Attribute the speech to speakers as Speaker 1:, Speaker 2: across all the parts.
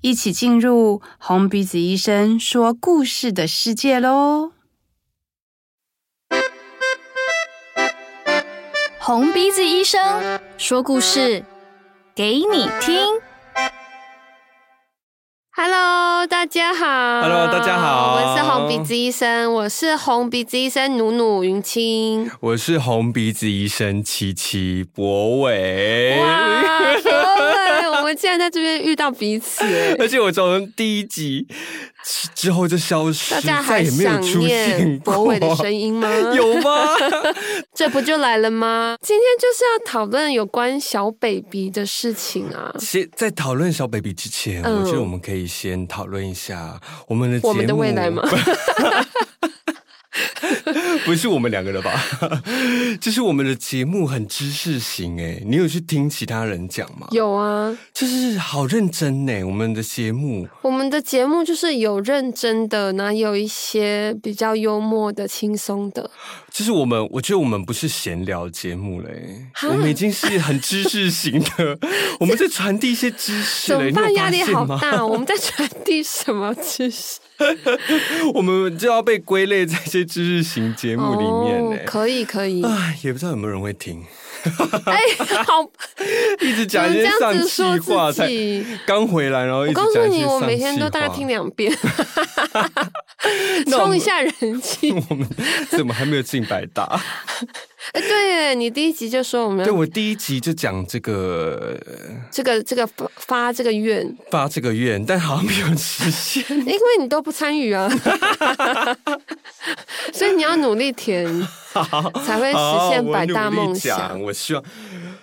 Speaker 1: 一起进入红鼻子医生说故事的世界喽！
Speaker 2: 红鼻子医生说故事给你听。
Speaker 3: Hello，大家好。
Speaker 4: Hello，大家好
Speaker 3: 我是红鼻子医生，我是红鼻子医生努努云清。
Speaker 4: 我是红鼻子医生琪琪博伟，
Speaker 3: 哇，对，我们竟然在这边遇到彼 此，
Speaker 4: 而且我从第一集之后就消失，
Speaker 3: 大家
Speaker 4: 再
Speaker 3: 还
Speaker 4: 也没有
Speaker 3: 想
Speaker 4: 出
Speaker 3: 念
Speaker 4: 现过。
Speaker 3: 博伟的声音吗？
Speaker 4: 有吗？
Speaker 3: 这不就来了吗？今天就是要讨论有关小 baby 的事情啊。
Speaker 4: 先在讨论小 baby 之前，
Speaker 3: 嗯
Speaker 4: 我觉得我们可以先讨论一下我们的节目
Speaker 3: 我们的未来吗？
Speaker 4: 不是我们两个的吧？ 就是我们的节目很知识型哎、你有去听其他人讲吗？
Speaker 3: 有啊，
Speaker 4: 就是好认真哎、我们的节目
Speaker 3: 我们的节目就是有认真的，然后有一些比较幽默的、轻松的。
Speaker 4: 就是我们，我觉得我们不是闲聊节目嘞，
Speaker 3: 哈
Speaker 4: 我们已经是很知识型 的，我们在传递一些知识
Speaker 3: 怎
Speaker 4: 嘞，
Speaker 3: 么
Speaker 4: 你
Speaker 3: 办？
Speaker 4: 有
Speaker 3: 压
Speaker 4: 发
Speaker 3: 力
Speaker 4: 现
Speaker 3: 好
Speaker 4: 吗？
Speaker 3: 大！我们在传递什么知识？
Speaker 4: 我们就要被归类在一些知识型节目里面嘞。。
Speaker 3: 哦可以可以
Speaker 4: 唉，也不知道有没有人会听，
Speaker 3: 哎，好，
Speaker 4: 一直 讲一
Speaker 3: 你
Speaker 4: 些
Speaker 3: 们这
Speaker 4: 上
Speaker 3: 样子
Speaker 4: 气
Speaker 3: 说
Speaker 4: 话，
Speaker 3: 自
Speaker 4: 才
Speaker 3: 己
Speaker 4: 刚回来，然后
Speaker 3: 我
Speaker 4: 一直
Speaker 3: 告诉
Speaker 4: 讲一
Speaker 3: 你，
Speaker 4: 些
Speaker 3: 我
Speaker 4: 上
Speaker 3: 每天
Speaker 4: 气
Speaker 3: 都大概
Speaker 4: 话
Speaker 3: 听两遍，
Speaker 4: 那我
Speaker 3: 冲
Speaker 4: 们
Speaker 3: 一下人 气。
Speaker 4: 我们怎么还没有进百 大？
Speaker 3: 哎，对耶，你第一集就说我们
Speaker 4: 对
Speaker 3: 要
Speaker 4: 我第一集就讲这个呃
Speaker 3: 这个这个发发这个愿，
Speaker 4: 发这个愿，但好像没有实现。
Speaker 3: 因为你都不参与 啊，所以你要努力 填，才会实现百大梦
Speaker 4: 好哦我努力
Speaker 3: 想
Speaker 4: 讲。我希望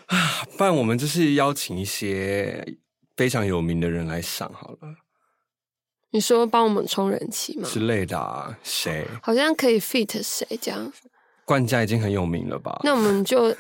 Speaker 4: 啊，不然我们就是邀请一些非常有名的人来上好了
Speaker 3: 嗯你说帮我们冲人气吗？
Speaker 4: 之类的、啊。谁？
Speaker 3: 好像可以 fit 谁这样？
Speaker 4: 冠家已经很有名了吧？
Speaker 3: 那我们 就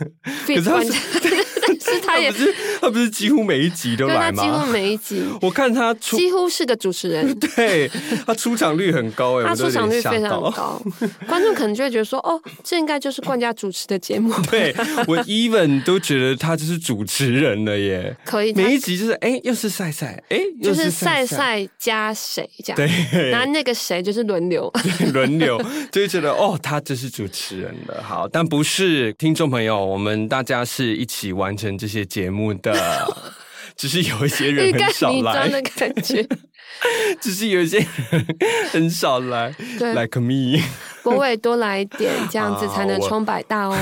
Speaker 3: fit
Speaker 4: 他
Speaker 3: 关
Speaker 4: 是
Speaker 3: 键， 但是他也
Speaker 4: 不是他不是几乎每一集都
Speaker 3: 因为
Speaker 4: 来
Speaker 3: 他几乎
Speaker 4: 吗？
Speaker 3: 每一集
Speaker 4: 我看他 出，
Speaker 3: 几乎是个主持人
Speaker 4: 对他出场率很高哎、
Speaker 3: 他
Speaker 4: 我都
Speaker 3: 出
Speaker 4: 有
Speaker 3: 场率
Speaker 4: 点吓
Speaker 3: 非常
Speaker 4: 到。
Speaker 3: 高，观众可能就会觉得说，哦，这应该就是冠家主持的节目，
Speaker 4: 对我 even 都觉得他就是主持人了耶，
Speaker 3: 可以，
Speaker 4: 每一
Speaker 3: 他
Speaker 4: 集就是哎、又是赛赛哎
Speaker 3: 就
Speaker 4: 又
Speaker 3: 是
Speaker 4: 赛
Speaker 3: 赛，赛加谁这样，
Speaker 4: 对，
Speaker 3: 然后那个谁就是轮流，
Speaker 4: 轮流，就会觉得哦，他就是主持人了。好，但不是听众朋友，我们大家是一起完成这些节目的。只是有一些
Speaker 3: 欲
Speaker 4: 人
Speaker 3: 盖
Speaker 4: 很少
Speaker 3: 弥彰的
Speaker 4: 来，
Speaker 3: 感 觉。
Speaker 4: 只是有一些人很少来
Speaker 3: 对
Speaker 4: ，like me，
Speaker 3: 博伟多来一点，这样子才能
Speaker 4: 啊我
Speaker 3: 冲百大哦。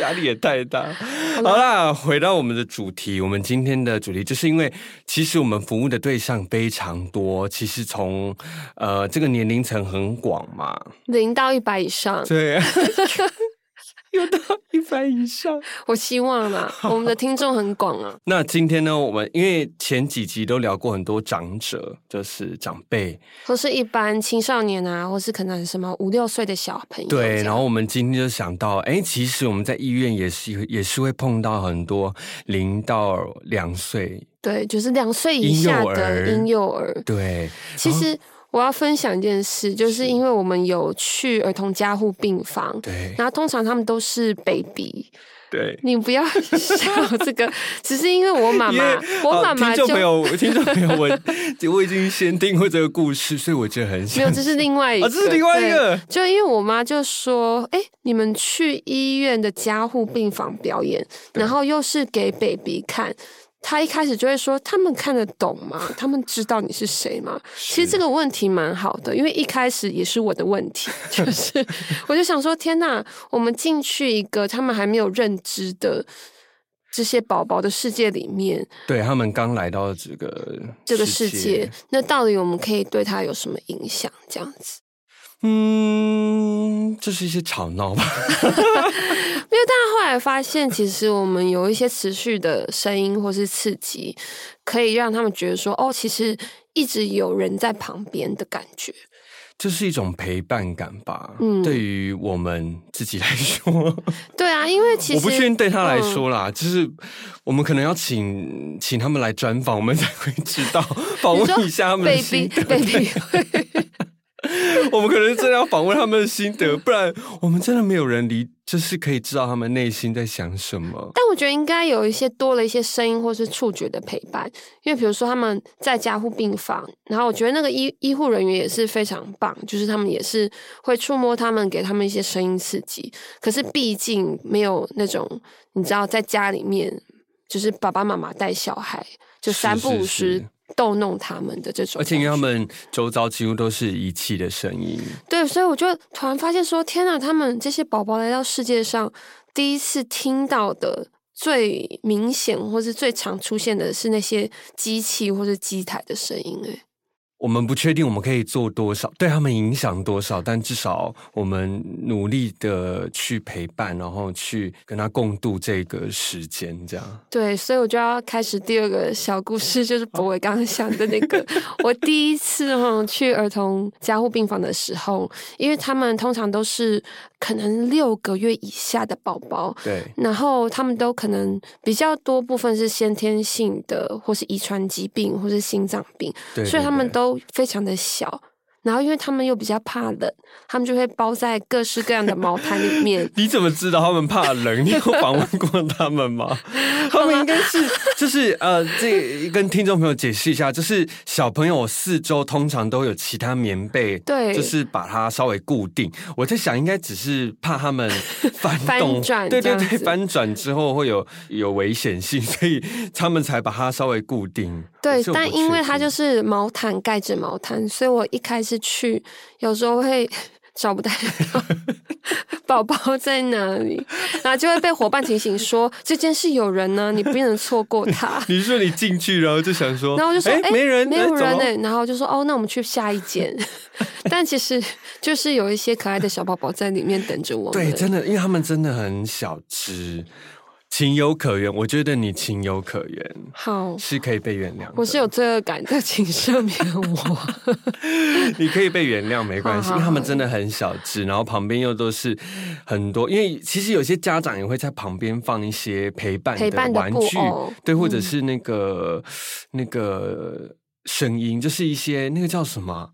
Speaker 4: 压力也太大。好啦，回到我们的主题，我们今天的主题就是因为其实我们服务的对象非常多，其实从呃这个年龄层很广嘛，
Speaker 3: 零到一百以上，
Speaker 4: 对， 有到一百以上。
Speaker 3: 我希望 啦，我们的听众很广啊。
Speaker 4: 那今天呢，我们因为前几集都聊过很多长者，就是长辈，
Speaker 3: 或是一般青少年啊，或是可能什么五六岁的小朋友这样，
Speaker 4: 对。然后我们今天就想到，哎，其实我们在医院也是也是会碰到很多零到两岁，
Speaker 3: 对，就是两岁以
Speaker 4: 婴
Speaker 3: 下
Speaker 4: 幼
Speaker 3: 的
Speaker 4: 儿
Speaker 3: 婴幼儿。
Speaker 4: 对，
Speaker 3: 其实我要分享一件事，就是因为我们有去儿童加护病房，
Speaker 4: 对，
Speaker 3: 然后通常他们都是 baby，
Speaker 4: 对。
Speaker 3: 你不要 笑这个，只是因为我妈
Speaker 4: 因
Speaker 3: 妈
Speaker 4: 为，
Speaker 3: 我
Speaker 4: 好
Speaker 3: 妈妈
Speaker 4: 听
Speaker 3: 就
Speaker 4: 众朋友，听众朋友，我 我已经先听过这个故事，所以我觉得很
Speaker 3: 没有，
Speaker 4: 想
Speaker 3: 这是另外一个，
Speaker 4: 啊这是另外一个
Speaker 3: 对。就因为我妈就说：“哎、你们去医院的加护病房表演，
Speaker 4: 对
Speaker 3: 然后又是给 baby 看。”她一开始就会说：“他们看得懂吗？他们知道你是谁吗？”其实这个问题蛮好的，因为一开始也是我的问题，就是我就想说：“天哪，我们进去一个他们还没有认知的这些宝宝的世界里面，
Speaker 4: 对他们刚来到这个
Speaker 3: 这个世界，那到底我们可以对他有什么影响？”这样子。
Speaker 4: 嗯，就是一些吵闹吧。
Speaker 3: 因为大家后来发现，其实我们有一些持续的声音或是刺激，可以让他们觉得说，哦，其实一直有人在旁边的感觉。
Speaker 4: 就是一种陪伴感吧，
Speaker 3: 嗯
Speaker 4: 对于我们自己来 说，我
Speaker 3: 对啊，因为其实嗯
Speaker 4: 不确定对他来说啦，就是我们可能要请请他们来专访，我们才会知 道访
Speaker 3: 嗯你说
Speaker 4: 问一下他们的心 得。
Speaker 3: baby，baby，
Speaker 4: 我们可能真的要访问他们的心得， 不然我们真的没有人理，就是可以知道他们内心在想什么。
Speaker 3: 但我觉得应该有一些多了一些声音或是触觉的陪伴，因为比如说他们在加护病房，然后我觉得那个医医护人员也是非常棒，就是他们也是会触摸他们，给他们一些声音刺激。可是毕竟没有那种你知道在家里面，就是爸爸妈妈带小孩就是三不
Speaker 4: 是
Speaker 3: 五时
Speaker 4: 是
Speaker 3: 逗弄他们的这种感觉，
Speaker 4: 而且因为他们周遭几乎都是仪器的声音，
Speaker 3: 对，所以我就突然发现说，天哪，他们这些宝宝来到世界上，第一次听到的最明显或是最常出现的是那些机器或是机台的声音，哎，
Speaker 4: 我们不确定我们可以做多少，对他们影响多少，但至少我们努力的去陪伴，然后去跟他共度这个时间，这样。
Speaker 3: 对，所以我就要开始第二个小故事，就是博伟刚刚想的那个。我第一次哈去儿童加护病房的时候，因为他们通常都是可能六个月以下的宝宝，
Speaker 4: 对，
Speaker 3: 然后他们都可能比较多部分是先天性的，或是遗传疾病，或是心脏病，
Speaker 4: 对
Speaker 3: 所以他们
Speaker 4: 对。
Speaker 3: 都非常的小。然后因为他们又比较怕冷，他们就会包在各式各样的毛毯里面
Speaker 4: 你怎么知道他们怕冷？你有访问过他们吗？ 他们应该是就是呃，这跟听众朋友解释一下，就是小朋友四周通常都有其他棉被，
Speaker 3: 对
Speaker 4: 就是把它稍微固定。我在想，应该只是怕他 们翻动，
Speaker 3: 翻转
Speaker 4: 对对
Speaker 3: 这样
Speaker 4: 对，
Speaker 3: 子
Speaker 4: 翻转之后会有有危险性，所以他们才把它稍微固定。
Speaker 3: 对
Speaker 4: 可是，我不
Speaker 3: 但因为
Speaker 4: 确
Speaker 3: 它
Speaker 4: 定
Speaker 3: 就是毛毯盖着毛毯，所以我一开始去有时候会找不到 宝宝在哪里，然后就会被伙伴提醒说这件事有人呢、你不能错过他。
Speaker 4: 你是说你进去，然后就想说，
Speaker 3: 然后我就说，
Speaker 4: 哎
Speaker 3: 哎、
Speaker 4: 没人，
Speaker 3: 没有
Speaker 4: 哎
Speaker 3: 人
Speaker 4: 走
Speaker 3: 呢、然后就说，哦，那我们去下一 间。但其实就是有一些可爱的小宝宝在里面等着我们。
Speaker 4: 对，真的，因为他们真的很小只，情有可原。我觉得你情有可原，
Speaker 3: 好，
Speaker 4: 是可以被原谅的。
Speaker 3: 我是有罪恶感的，请赦免我。
Speaker 4: 你可以被原谅，没关系，
Speaker 3: 好好
Speaker 4: 因为他们真的很小只，然后旁边又都是很多，因为其实有些家长也会在旁边放一些陪伴
Speaker 3: 陪伴的
Speaker 4: 玩
Speaker 3: 布
Speaker 4: 具
Speaker 3: 偶，嗯
Speaker 4: 对，或者是那个、那个声音，就是一些那个叫什么啊，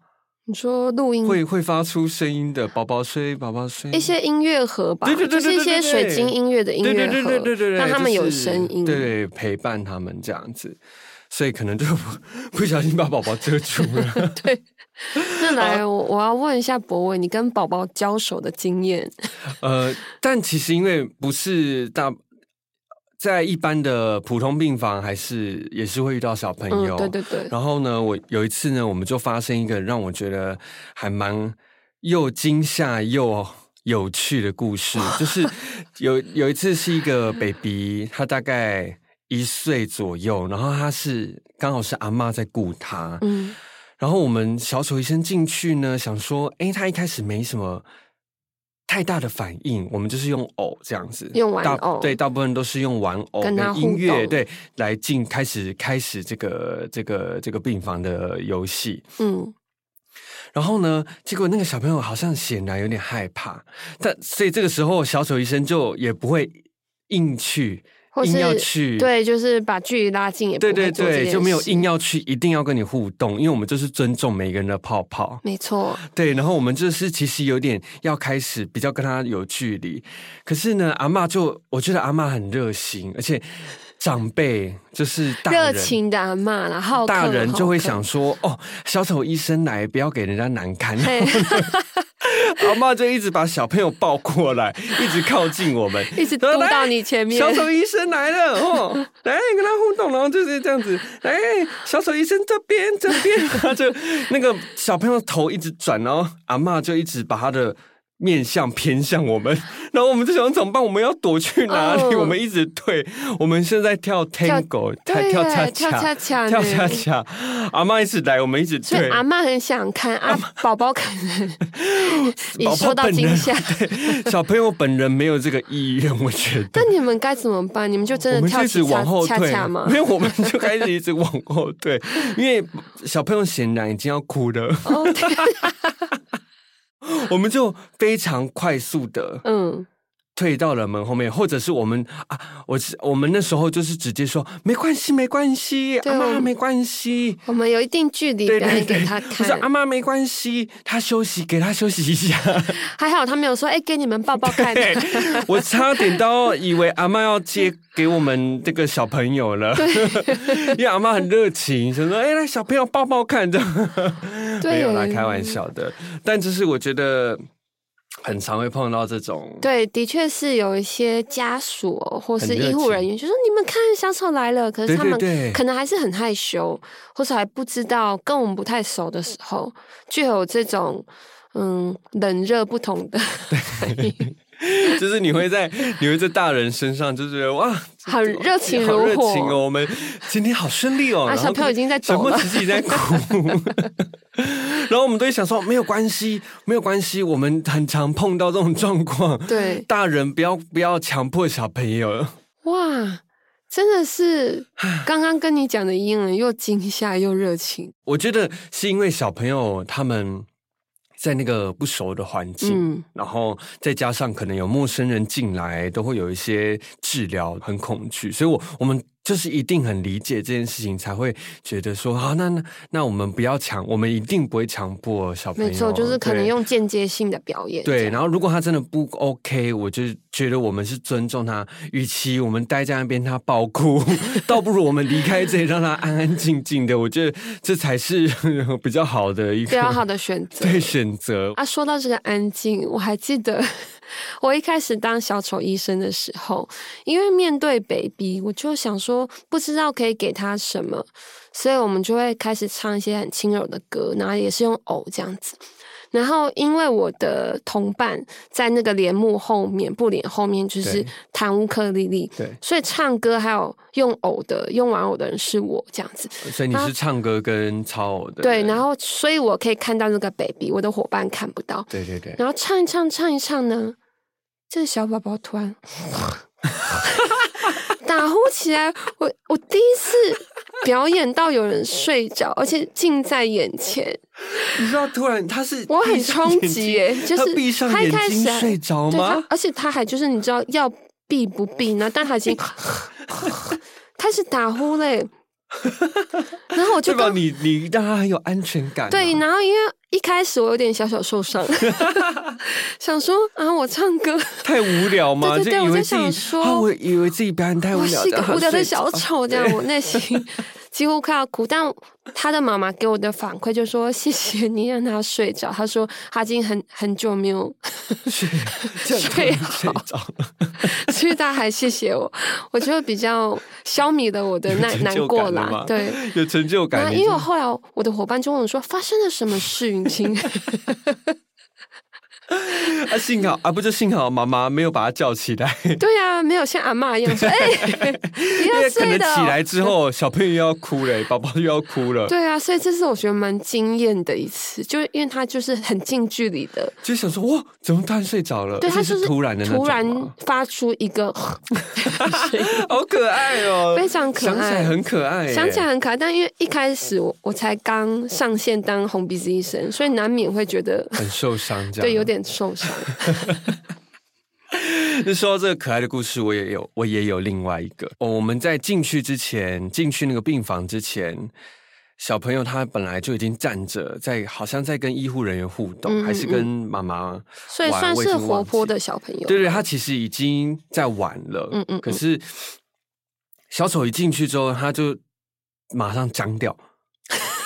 Speaker 3: 你说录音
Speaker 4: 会会发出声音的宝宝睡，宝宝睡，
Speaker 3: 一些音乐盒吧，
Speaker 4: 对对
Speaker 3: 就
Speaker 4: 对
Speaker 3: 是一
Speaker 4: 对
Speaker 3: 些
Speaker 4: 对对
Speaker 3: 水晶音乐的音
Speaker 4: 对
Speaker 3: 乐
Speaker 4: 对
Speaker 3: 盒，
Speaker 4: 对对对对对，
Speaker 3: 让他们有
Speaker 4: 就是
Speaker 3: 声音。
Speaker 4: 对，陪伴他们这样子，所以可能就不不小心把宝宝遮住 了。
Speaker 3: 那来，我我要问一下博伟，你跟宝宝交手的经验？
Speaker 4: 呃，但其实因为不是大。在一般的普通病房，还是也是会遇到小朋友。
Speaker 3: 嗯，对对对，
Speaker 4: 哎然后呢，我有一次呢，我们就发生一个让我觉得还蛮又惊吓又有趣的 故事，就是有有一次是一个 baby，他大概一岁左右，然后他是刚好是阿嬷在顾他，
Speaker 3: 嗯，
Speaker 4: 然后我们小丑医生进去呢，想说，诶，他一开始没什么太大的反应，我们就是用偶这样子，
Speaker 3: 用玩
Speaker 4: 大
Speaker 3: 偶
Speaker 4: 对，大部分都是用玩偶
Speaker 3: 跟他互
Speaker 4: 音乐
Speaker 3: 动
Speaker 4: 对来进开始开始这个这个这个病房的游戏。
Speaker 3: 嗯，
Speaker 4: 然后呢，结果那个小朋友好像显然有点害怕，但所以这个时候小丑医生就也不会硬去，
Speaker 3: 或
Speaker 4: 硬
Speaker 3: 是
Speaker 4: 要去
Speaker 3: 对，就是把距离拉近，也不
Speaker 4: 对
Speaker 3: 会
Speaker 4: 对
Speaker 3: 做这
Speaker 4: 对，
Speaker 3: 件
Speaker 4: 就没有
Speaker 3: 事
Speaker 4: 硬要去，一定要跟你互动，因为我们就是尊重每个人的泡泡。
Speaker 3: 没错，
Speaker 4: 对，然后我们就是其实有点要开始比较跟他有距离，可是呢，阿嬷就我觉得阿嬷很热心，而且长辈就是大
Speaker 3: 热
Speaker 4: 人。
Speaker 3: 情的阿嬷然后
Speaker 4: 大人就会想说：“哦，小丑医生来，不要给人家难堪。”
Speaker 3: 嘿
Speaker 4: 然后呢 阿嬷就一直把小朋友抱过来，一直靠近我们，
Speaker 3: 一直
Speaker 4: 然后
Speaker 3: 嘟到
Speaker 4: 来
Speaker 3: 你前面
Speaker 4: 小丑医生来了 哦，来跟他互动，然后就是这样子，来，小丑医生这边 这边，他就那个小朋友头一直转，然后阿嬷就一直把他的面向偏向我们， 然后我们就想怎么办？我们要躲去哪里？
Speaker 3: 哦
Speaker 4: 我们一直退。我们现在跳 tango，跳
Speaker 3: 对
Speaker 4: 跳恰
Speaker 3: 耶，
Speaker 4: 恰，
Speaker 3: 跳恰恰呢，
Speaker 4: 跳恰恰。阿妈一直来，我们一直
Speaker 3: 啊所以
Speaker 4: 退。
Speaker 3: 阿妈很想看，阿宝宝可 能也
Speaker 4: 宝宝
Speaker 3: 受到
Speaker 4: 本
Speaker 3: 惊
Speaker 4: 人
Speaker 3: 吓。
Speaker 4: 对，小朋友本人没有这个意愿，我 觉得。
Speaker 3: 但你们该怎么办？你们就真
Speaker 4: 我
Speaker 3: 的
Speaker 4: 们就
Speaker 3: 跳
Speaker 4: 一直
Speaker 3: 起恰
Speaker 4: 往后
Speaker 3: 恰
Speaker 4: 退
Speaker 3: 恰
Speaker 4: 啊，
Speaker 3: 吗
Speaker 4: 没？有，我们就开始一直往后退，因为小朋友显然已经要哭了，
Speaker 3: 哦，对
Speaker 4: 我们就非常快速的
Speaker 3: 嗯，
Speaker 4: 退到了门后面，或者是我们啊，我是我们那时候就是直接说没关系，没关系，
Speaker 3: 对
Speaker 4: 阿
Speaker 3: 我
Speaker 4: 妈
Speaker 3: 们
Speaker 4: 没关系。
Speaker 3: 我们有一定距离
Speaker 4: 对
Speaker 3: 表
Speaker 4: 对
Speaker 3: 演给
Speaker 4: 对，
Speaker 3: 他
Speaker 4: 我说阿
Speaker 3: 看，
Speaker 4: 妈没关系，她休息，给她休息一下。
Speaker 3: 还好他没有说，哎，给你们抱抱看。
Speaker 4: 对， 我差点都以为阿妈要借给我们这个小朋友了， 因为阿妈很热情，想说：“哎、来小朋友抱抱看的。”
Speaker 3: 对
Speaker 4: 没有啦，开玩笑的。但就是我觉得很常会碰到这种，
Speaker 3: 对，的确是有一些家属哦或是
Speaker 4: 很热
Speaker 3: 医护人
Speaker 4: 情
Speaker 3: 员就说：“你们看，小丑来了。”可是
Speaker 4: 对
Speaker 3: 他
Speaker 4: 对
Speaker 3: 们
Speaker 4: 对
Speaker 3: 可能还是很害羞，或是还不知道，跟我们不太熟的时候，就有这种嗯冷热不同 的反应，
Speaker 4: 就是你会在你会在大人身上就觉得哇，
Speaker 3: 很热情
Speaker 4: 好
Speaker 3: 如
Speaker 4: 热
Speaker 3: 火。
Speaker 4: 情哦，我们今天好顺利哦。
Speaker 3: 啊
Speaker 4: 然后
Speaker 3: 小朋友已经在
Speaker 4: 小
Speaker 3: 抖
Speaker 4: 朋
Speaker 3: 了
Speaker 4: 友自己在哭。 然后我们都会想说，没有关系，没有关系，我们很常碰到这种状况。
Speaker 3: 对，
Speaker 4: 大人不要不要强迫小朋友，
Speaker 3: 哇，真的是刚刚跟你讲的一样，又惊吓又热情。
Speaker 4: 我觉得是因为小朋友他们在那个不熟的环境。
Speaker 3: 嗯，
Speaker 4: 然后再加上可能有陌生人进来，都会有一些治疗很恐惧，所以我我们就是一定很理解这件事情，才会觉得说啊，那那那我们不要强，我们一定不会强迫小朋友，
Speaker 3: 没错，就是可能
Speaker 4: 对
Speaker 3: 用间接性的表演这样。
Speaker 4: 对，然后如果他真的不 OK，我就觉得我们是尊重他，与其我们待在那边他爆哭， 倒不如我们离开这里，让他安安静静的。我觉得这才是 比较好的一个
Speaker 3: 比较好的选择。
Speaker 4: 对选择。
Speaker 3: 啊，说到这个安静，我还记得我一开始当小丑医生的时候，因为面对 baby，我就想说不知道可以给他什么，所以我们就会开始唱一些很轻柔的歌，然后也是用偶这样子。然后，因为我的同伴在那个帘幕后面、布帘后面，就是
Speaker 4: 对
Speaker 3: 弹乌克丽丽，
Speaker 4: 对，
Speaker 3: 所以唱歌还有用偶的、用玩偶的人是我这样子。
Speaker 4: 所以你是唱歌跟操偶的
Speaker 3: 对，
Speaker 4: 人
Speaker 3: 然后所以我可以看到那个 baby，我的伙伴看不到。
Speaker 4: 对对对，
Speaker 3: 然后唱一唱，唱一唱呢，这个小宝宝突 然打呼起来。我我第一次表演到有人睡着，而且近在眼前，
Speaker 4: 你知道突然他是
Speaker 3: 我很
Speaker 4: 闭上眼
Speaker 3: 冲
Speaker 4: 睛
Speaker 3: 击耶！就
Speaker 4: 他
Speaker 3: 是
Speaker 4: 闭上
Speaker 3: 他一
Speaker 4: 眼
Speaker 3: 开始
Speaker 4: 睛
Speaker 3: 还
Speaker 4: 睡着
Speaker 3: 对
Speaker 4: 吗
Speaker 3: 他？而且他还就是你知道要避不避呢？但他已 经开始打呼嘞。然后我就
Speaker 4: 对吧？
Speaker 3: 跟
Speaker 4: 你你让他很有安全感啊、
Speaker 3: 对，然后因为一开始我有点小小受 伤，想说啊，我唱歌
Speaker 4: 太无聊吗？
Speaker 3: 对对对
Speaker 4: 就以
Speaker 3: 我
Speaker 4: 为
Speaker 3: 就
Speaker 4: 自
Speaker 3: 想
Speaker 4: 己
Speaker 3: 说
Speaker 4: 啊，哎我以为自己表演太无
Speaker 3: 我
Speaker 4: 聊，
Speaker 3: 是一个
Speaker 4: 让他
Speaker 3: 无聊的
Speaker 4: 睡
Speaker 3: 小
Speaker 4: 着
Speaker 3: 丑， 这样我内心几乎快要哭。但他的妈妈给我的反馈就说：“谢谢你让他睡着。”他说他已经很很久没有
Speaker 4: 睡这样突
Speaker 3: 睡
Speaker 4: 然
Speaker 3: 好
Speaker 4: 睡着 了，
Speaker 3: 所以他还谢谢我，我就比较消弭了我的
Speaker 4: 有
Speaker 3: 难
Speaker 4: 成
Speaker 3: 难
Speaker 4: 就
Speaker 3: 过
Speaker 4: 感了
Speaker 3: 啦
Speaker 4: 吗。
Speaker 3: 对，
Speaker 4: 有成就
Speaker 3: 那
Speaker 4: 感。
Speaker 3: 因为我
Speaker 4: 你
Speaker 3: 后来我的伙伴就问我说：“发生了什么事，云清？”
Speaker 4: 就啊，幸好啊，不就幸好妈妈没有把他叫起来，
Speaker 3: 对呀、没有像阿嬷一样说：“哎、 你
Speaker 4: 因
Speaker 3: 要
Speaker 4: 为可
Speaker 3: 睡
Speaker 4: 能
Speaker 3: 的哦、
Speaker 4: 起来之后小朋友又要哭了， 宝宝又要哭了，
Speaker 3: 对啊，所以这是我觉得蛮惊艳的一次，就是因为他就是很近距离的
Speaker 4: 就想说哇，怎么突然睡着了？
Speaker 3: 对，
Speaker 4: 而且
Speaker 3: 它就是
Speaker 4: 突然的那种啊
Speaker 3: 突然
Speaker 4: 吗
Speaker 3: 发出一个声音，
Speaker 4: 好可爱哦，
Speaker 3: 非常可爱
Speaker 4: 想起来很可爱耶，
Speaker 3: 想起来很可爱。但因为一开始我我才刚上线当红鼻子医生，所以难免会觉得
Speaker 4: 很受伤，这样
Speaker 3: 对有。点受 伤。
Speaker 4: 那 说到这个可爱的故事，我也有，我也有另外一个。哦，我们在进去之前，进去那个病房之前，小朋友他本来就已经站着，在好像在跟医护人员互动，
Speaker 3: 嗯嗯
Speaker 4: 还是跟妈妈。
Speaker 3: 所以
Speaker 4: 玩
Speaker 3: 算
Speaker 4: 我已
Speaker 3: 是
Speaker 4: 经
Speaker 3: 活
Speaker 4: 忘记
Speaker 3: 泼的小朋友，
Speaker 4: 对对，他其实已经在玩了。
Speaker 3: 嗯嗯嗯
Speaker 4: 可是小丑一进去之后，他就马上僵 掉。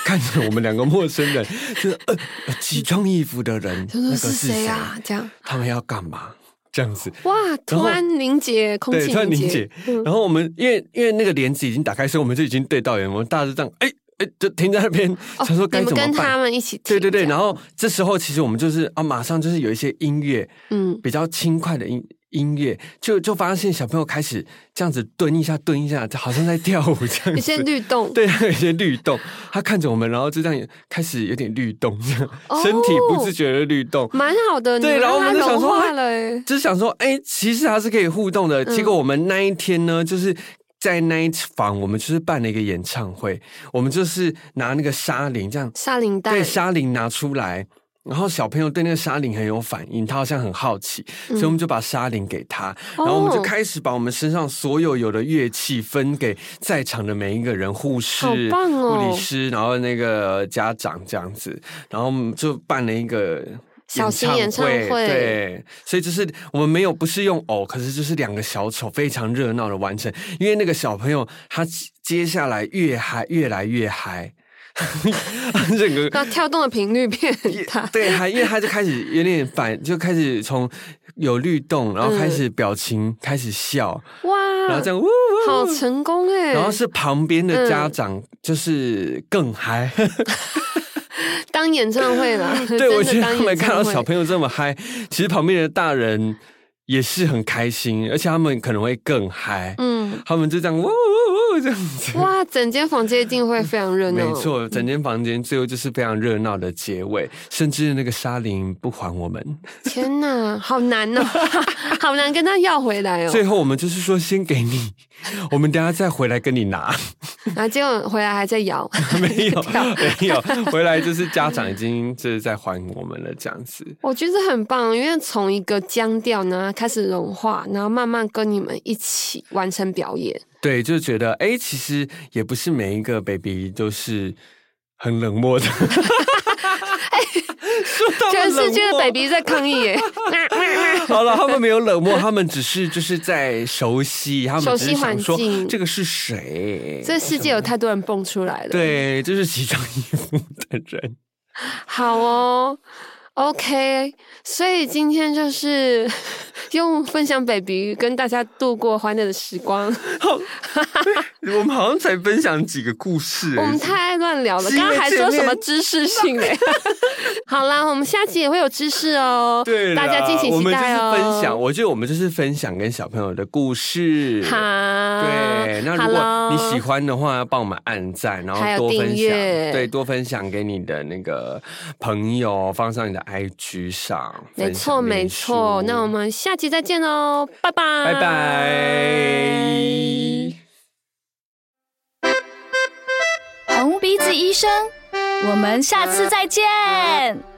Speaker 4: 看着我们两个陌生人，就是呃 呃奇装异服的人，
Speaker 3: 他
Speaker 4: 那
Speaker 3: 说
Speaker 4: 个
Speaker 3: 是
Speaker 4: 是
Speaker 3: 谁啊？这样
Speaker 4: 他们要干嘛？这样子，
Speaker 3: 哇，突
Speaker 4: 后
Speaker 3: 然凝结，空
Speaker 4: 对，
Speaker 3: 气
Speaker 4: 突然
Speaker 3: 凝
Speaker 4: 凝
Speaker 3: 结
Speaker 4: 结，。然后我们因为因为那个帘子已经打开，所以我们就已经对到眼，我们大家就这样，哎、哎、就停在那边，
Speaker 3: 哦
Speaker 4: 想说该
Speaker 3: 你
Speaker 4: 怎
Speaker 3: 们
Speaker 4: 么办？
Speaker 3: 跟他们一起听
Speaker 4: 对对对，
Speaker 3: 这样
Speaker 4: 然后这时候其实我们就是啊，马上就是有一些音乐，
Speaker 3: 嗯，
Speaker 4: 比较轻快的音音乐，就就发现小朋友开始这样子蹲一下蹲一下，好像在跳舞这样子。
Speaker 3: 一些律动，
Speaker 4: 对，他有一些律动，他看着我们，然后就这样开始有点律动，这样
Speaker 3: 哦
Speaker 4: 身体不自觉的律动。
Speaker 3: 蛮好的，
Speaker 4: 对
Speaker 3: 你
Speaker 4: 然后我
Speaker 3: 让
Speaker 4: 们就
Speaker 3: 它
Speaker 4: 想
Speaker 3: 融
Speaker 4: 说
Speaker 3: 化
Speaker 4: 哎
Speaker 3: 了、欸，
Speaker 4: 就是想说，哎、其实它是可以互动的。
Speaker 3: 嗯
Speaker 4: 结果我们那一天呢，就是在那一房，我们就是办了一个演唱会，我们就是拿那个沙林这样，
Speaker 3: 沙林带
Speaker 4: 对，沙林拿出来。然后小朋友对那个沙林很有反应，他好像很好奇，
Speaker 3: 嗯
Speaker 4: 所以我们就把沙林给他，然后我们就
Speaker 3: 哦
Speaker 4: 开始把我们身上所有有的乐器分给在场的每一个人，护士、
Speaker 3: 好棒哦
Speaker 4: 护理师，然后那个家长这样子，然后我们就办了一个。
Speaker 3: 小型演唱会
Speaker 4: 对，所以就是我们没有不是用偶，可是就是两个小丑非常热闹的完成，因为那个小朋友他接下来越嗨，越来越嗨， 他整个
Speaker 3: 那跳动的频率变很大，
Speaker 4: 对，还因为他就开始有点反，就开始从有律动，然后
Speaker 3: 嗯
Speaker 4: 开始表情，开始笑，
Speaker 3: 哇，
Speaker 4: 然后这样呜呜。
Speaker 3: 嗯好嗯
Speaker 4: 呜
Speaker 3: 成功哎、
Speaker 4: 然后是旁边的家长，就是更嗨。
Speaker 3: 当演唱会啦，
Speaker 4: 对，我觉得
Speaker 3: 当
Speaker 4: 他们
Speaker 3: 演
Speaker 4: 看到
Speaker 3: 唱会
Speaker 4: 小朋友这么嗨，其实旁边的大人也是很开心，而且他们可能会更嗨。
Speaker 3: 嗯，
Speaker 4: 他们就这样，呜呜呜，这样子。
Speaker 3: 哇，嗯整间房间一定会非常热闹，
Speaker 4: 没，错，整间房间最后就是非常热闹的结尾，甚至那个沙林不还我们。
Speaker 3: 天哪，好难哦， 好难跟他要回来哦，
Speaker 4: 最后我们就是说先给 你，我们等下再回来跟你拿。
Speaker 3: 然后结果回来还在摇，
Speaker 4: 没有，没有，回来就是家长已经就是在还我们了这样子。
Speaker 3: 我觉得很棒，因为从一个僵掉呢开始融化，然后慢慢跟你们一起完成表 演。
Speaker 4: 对，就觉得哎、诶其实也不是每一个 baby 都是很冷 漠的。说到
Speaker 3: 全
Speaker 4: 冷
Speaker 3: 世界的
Speaker 4: 漠
Speaker 3: baby 在抗议 耶！
Speaker 4: 好了，他们没有冷漠，他们只是就是在熟悉，他们
Speaker 3: 熟
Speaker 4: 只
Speaker 3: 悉
Speaker 4: 是想说
Speaker 3: 环境
Speaker 4: 这个是谁，
Speaker 3: 这世界有太多人蹦出来了。，
Speaker 4: 对，这是奇装异服的人。
Speaker 3: 好哦，OK。所以今天就是 用分享 baby 跟大家度过欢乐的时光。
Speaker 4: 我们好像才分享几个故事、
Speaker 3: 我们
Speaker 4: 诶
Speaker 3: 太爱乱聊了，
Speaker 4: 是因
Speaker 3: 刚
Speaker 4: 为
Speaker 3: 刚还说
Speaker 4: 前面
Speaker 3: 什么知识性 嘞？好啦，我们下期也会有知识哦，
Speaker 4: 对啦，
Speaker 3: 大家敬请
Speaker 4: 我
Speaker 3: 期
Speaker 4: 们就是
Speaker 3: 待哦。
Speaker 4: 分享，我觉得我们就是分享跟小朋友的故事。
Speaker 3: 好，
Speaker 4: 对，那如
Speaker 3: 好
Speaker 4: 果
Speaker 3: 咯
Speaker 4: 你喜欢的话，帮我们按赞，然后
Speaker 3: 还有
Speaker 4: 多分
Speaker 3: 订
Speaker 4: 享，
Speaker 3: 阅
Speaker 4: 对，多分享给你的那个朋友，放上你的 IG 上。
Speaker 3: 没
Speaker 4: 分
Speaker 3: 错，
Speaker 4: 享
Speaker 3: 没
Speaker 4: 脸
Speaker 3: 错。
Speaker 4: 书
Speaker 3: 那我们下期再见喽，拜拜，
Speaker 4: 拜拜。
Speaker 2: 红鼻子医生，我们下次再见。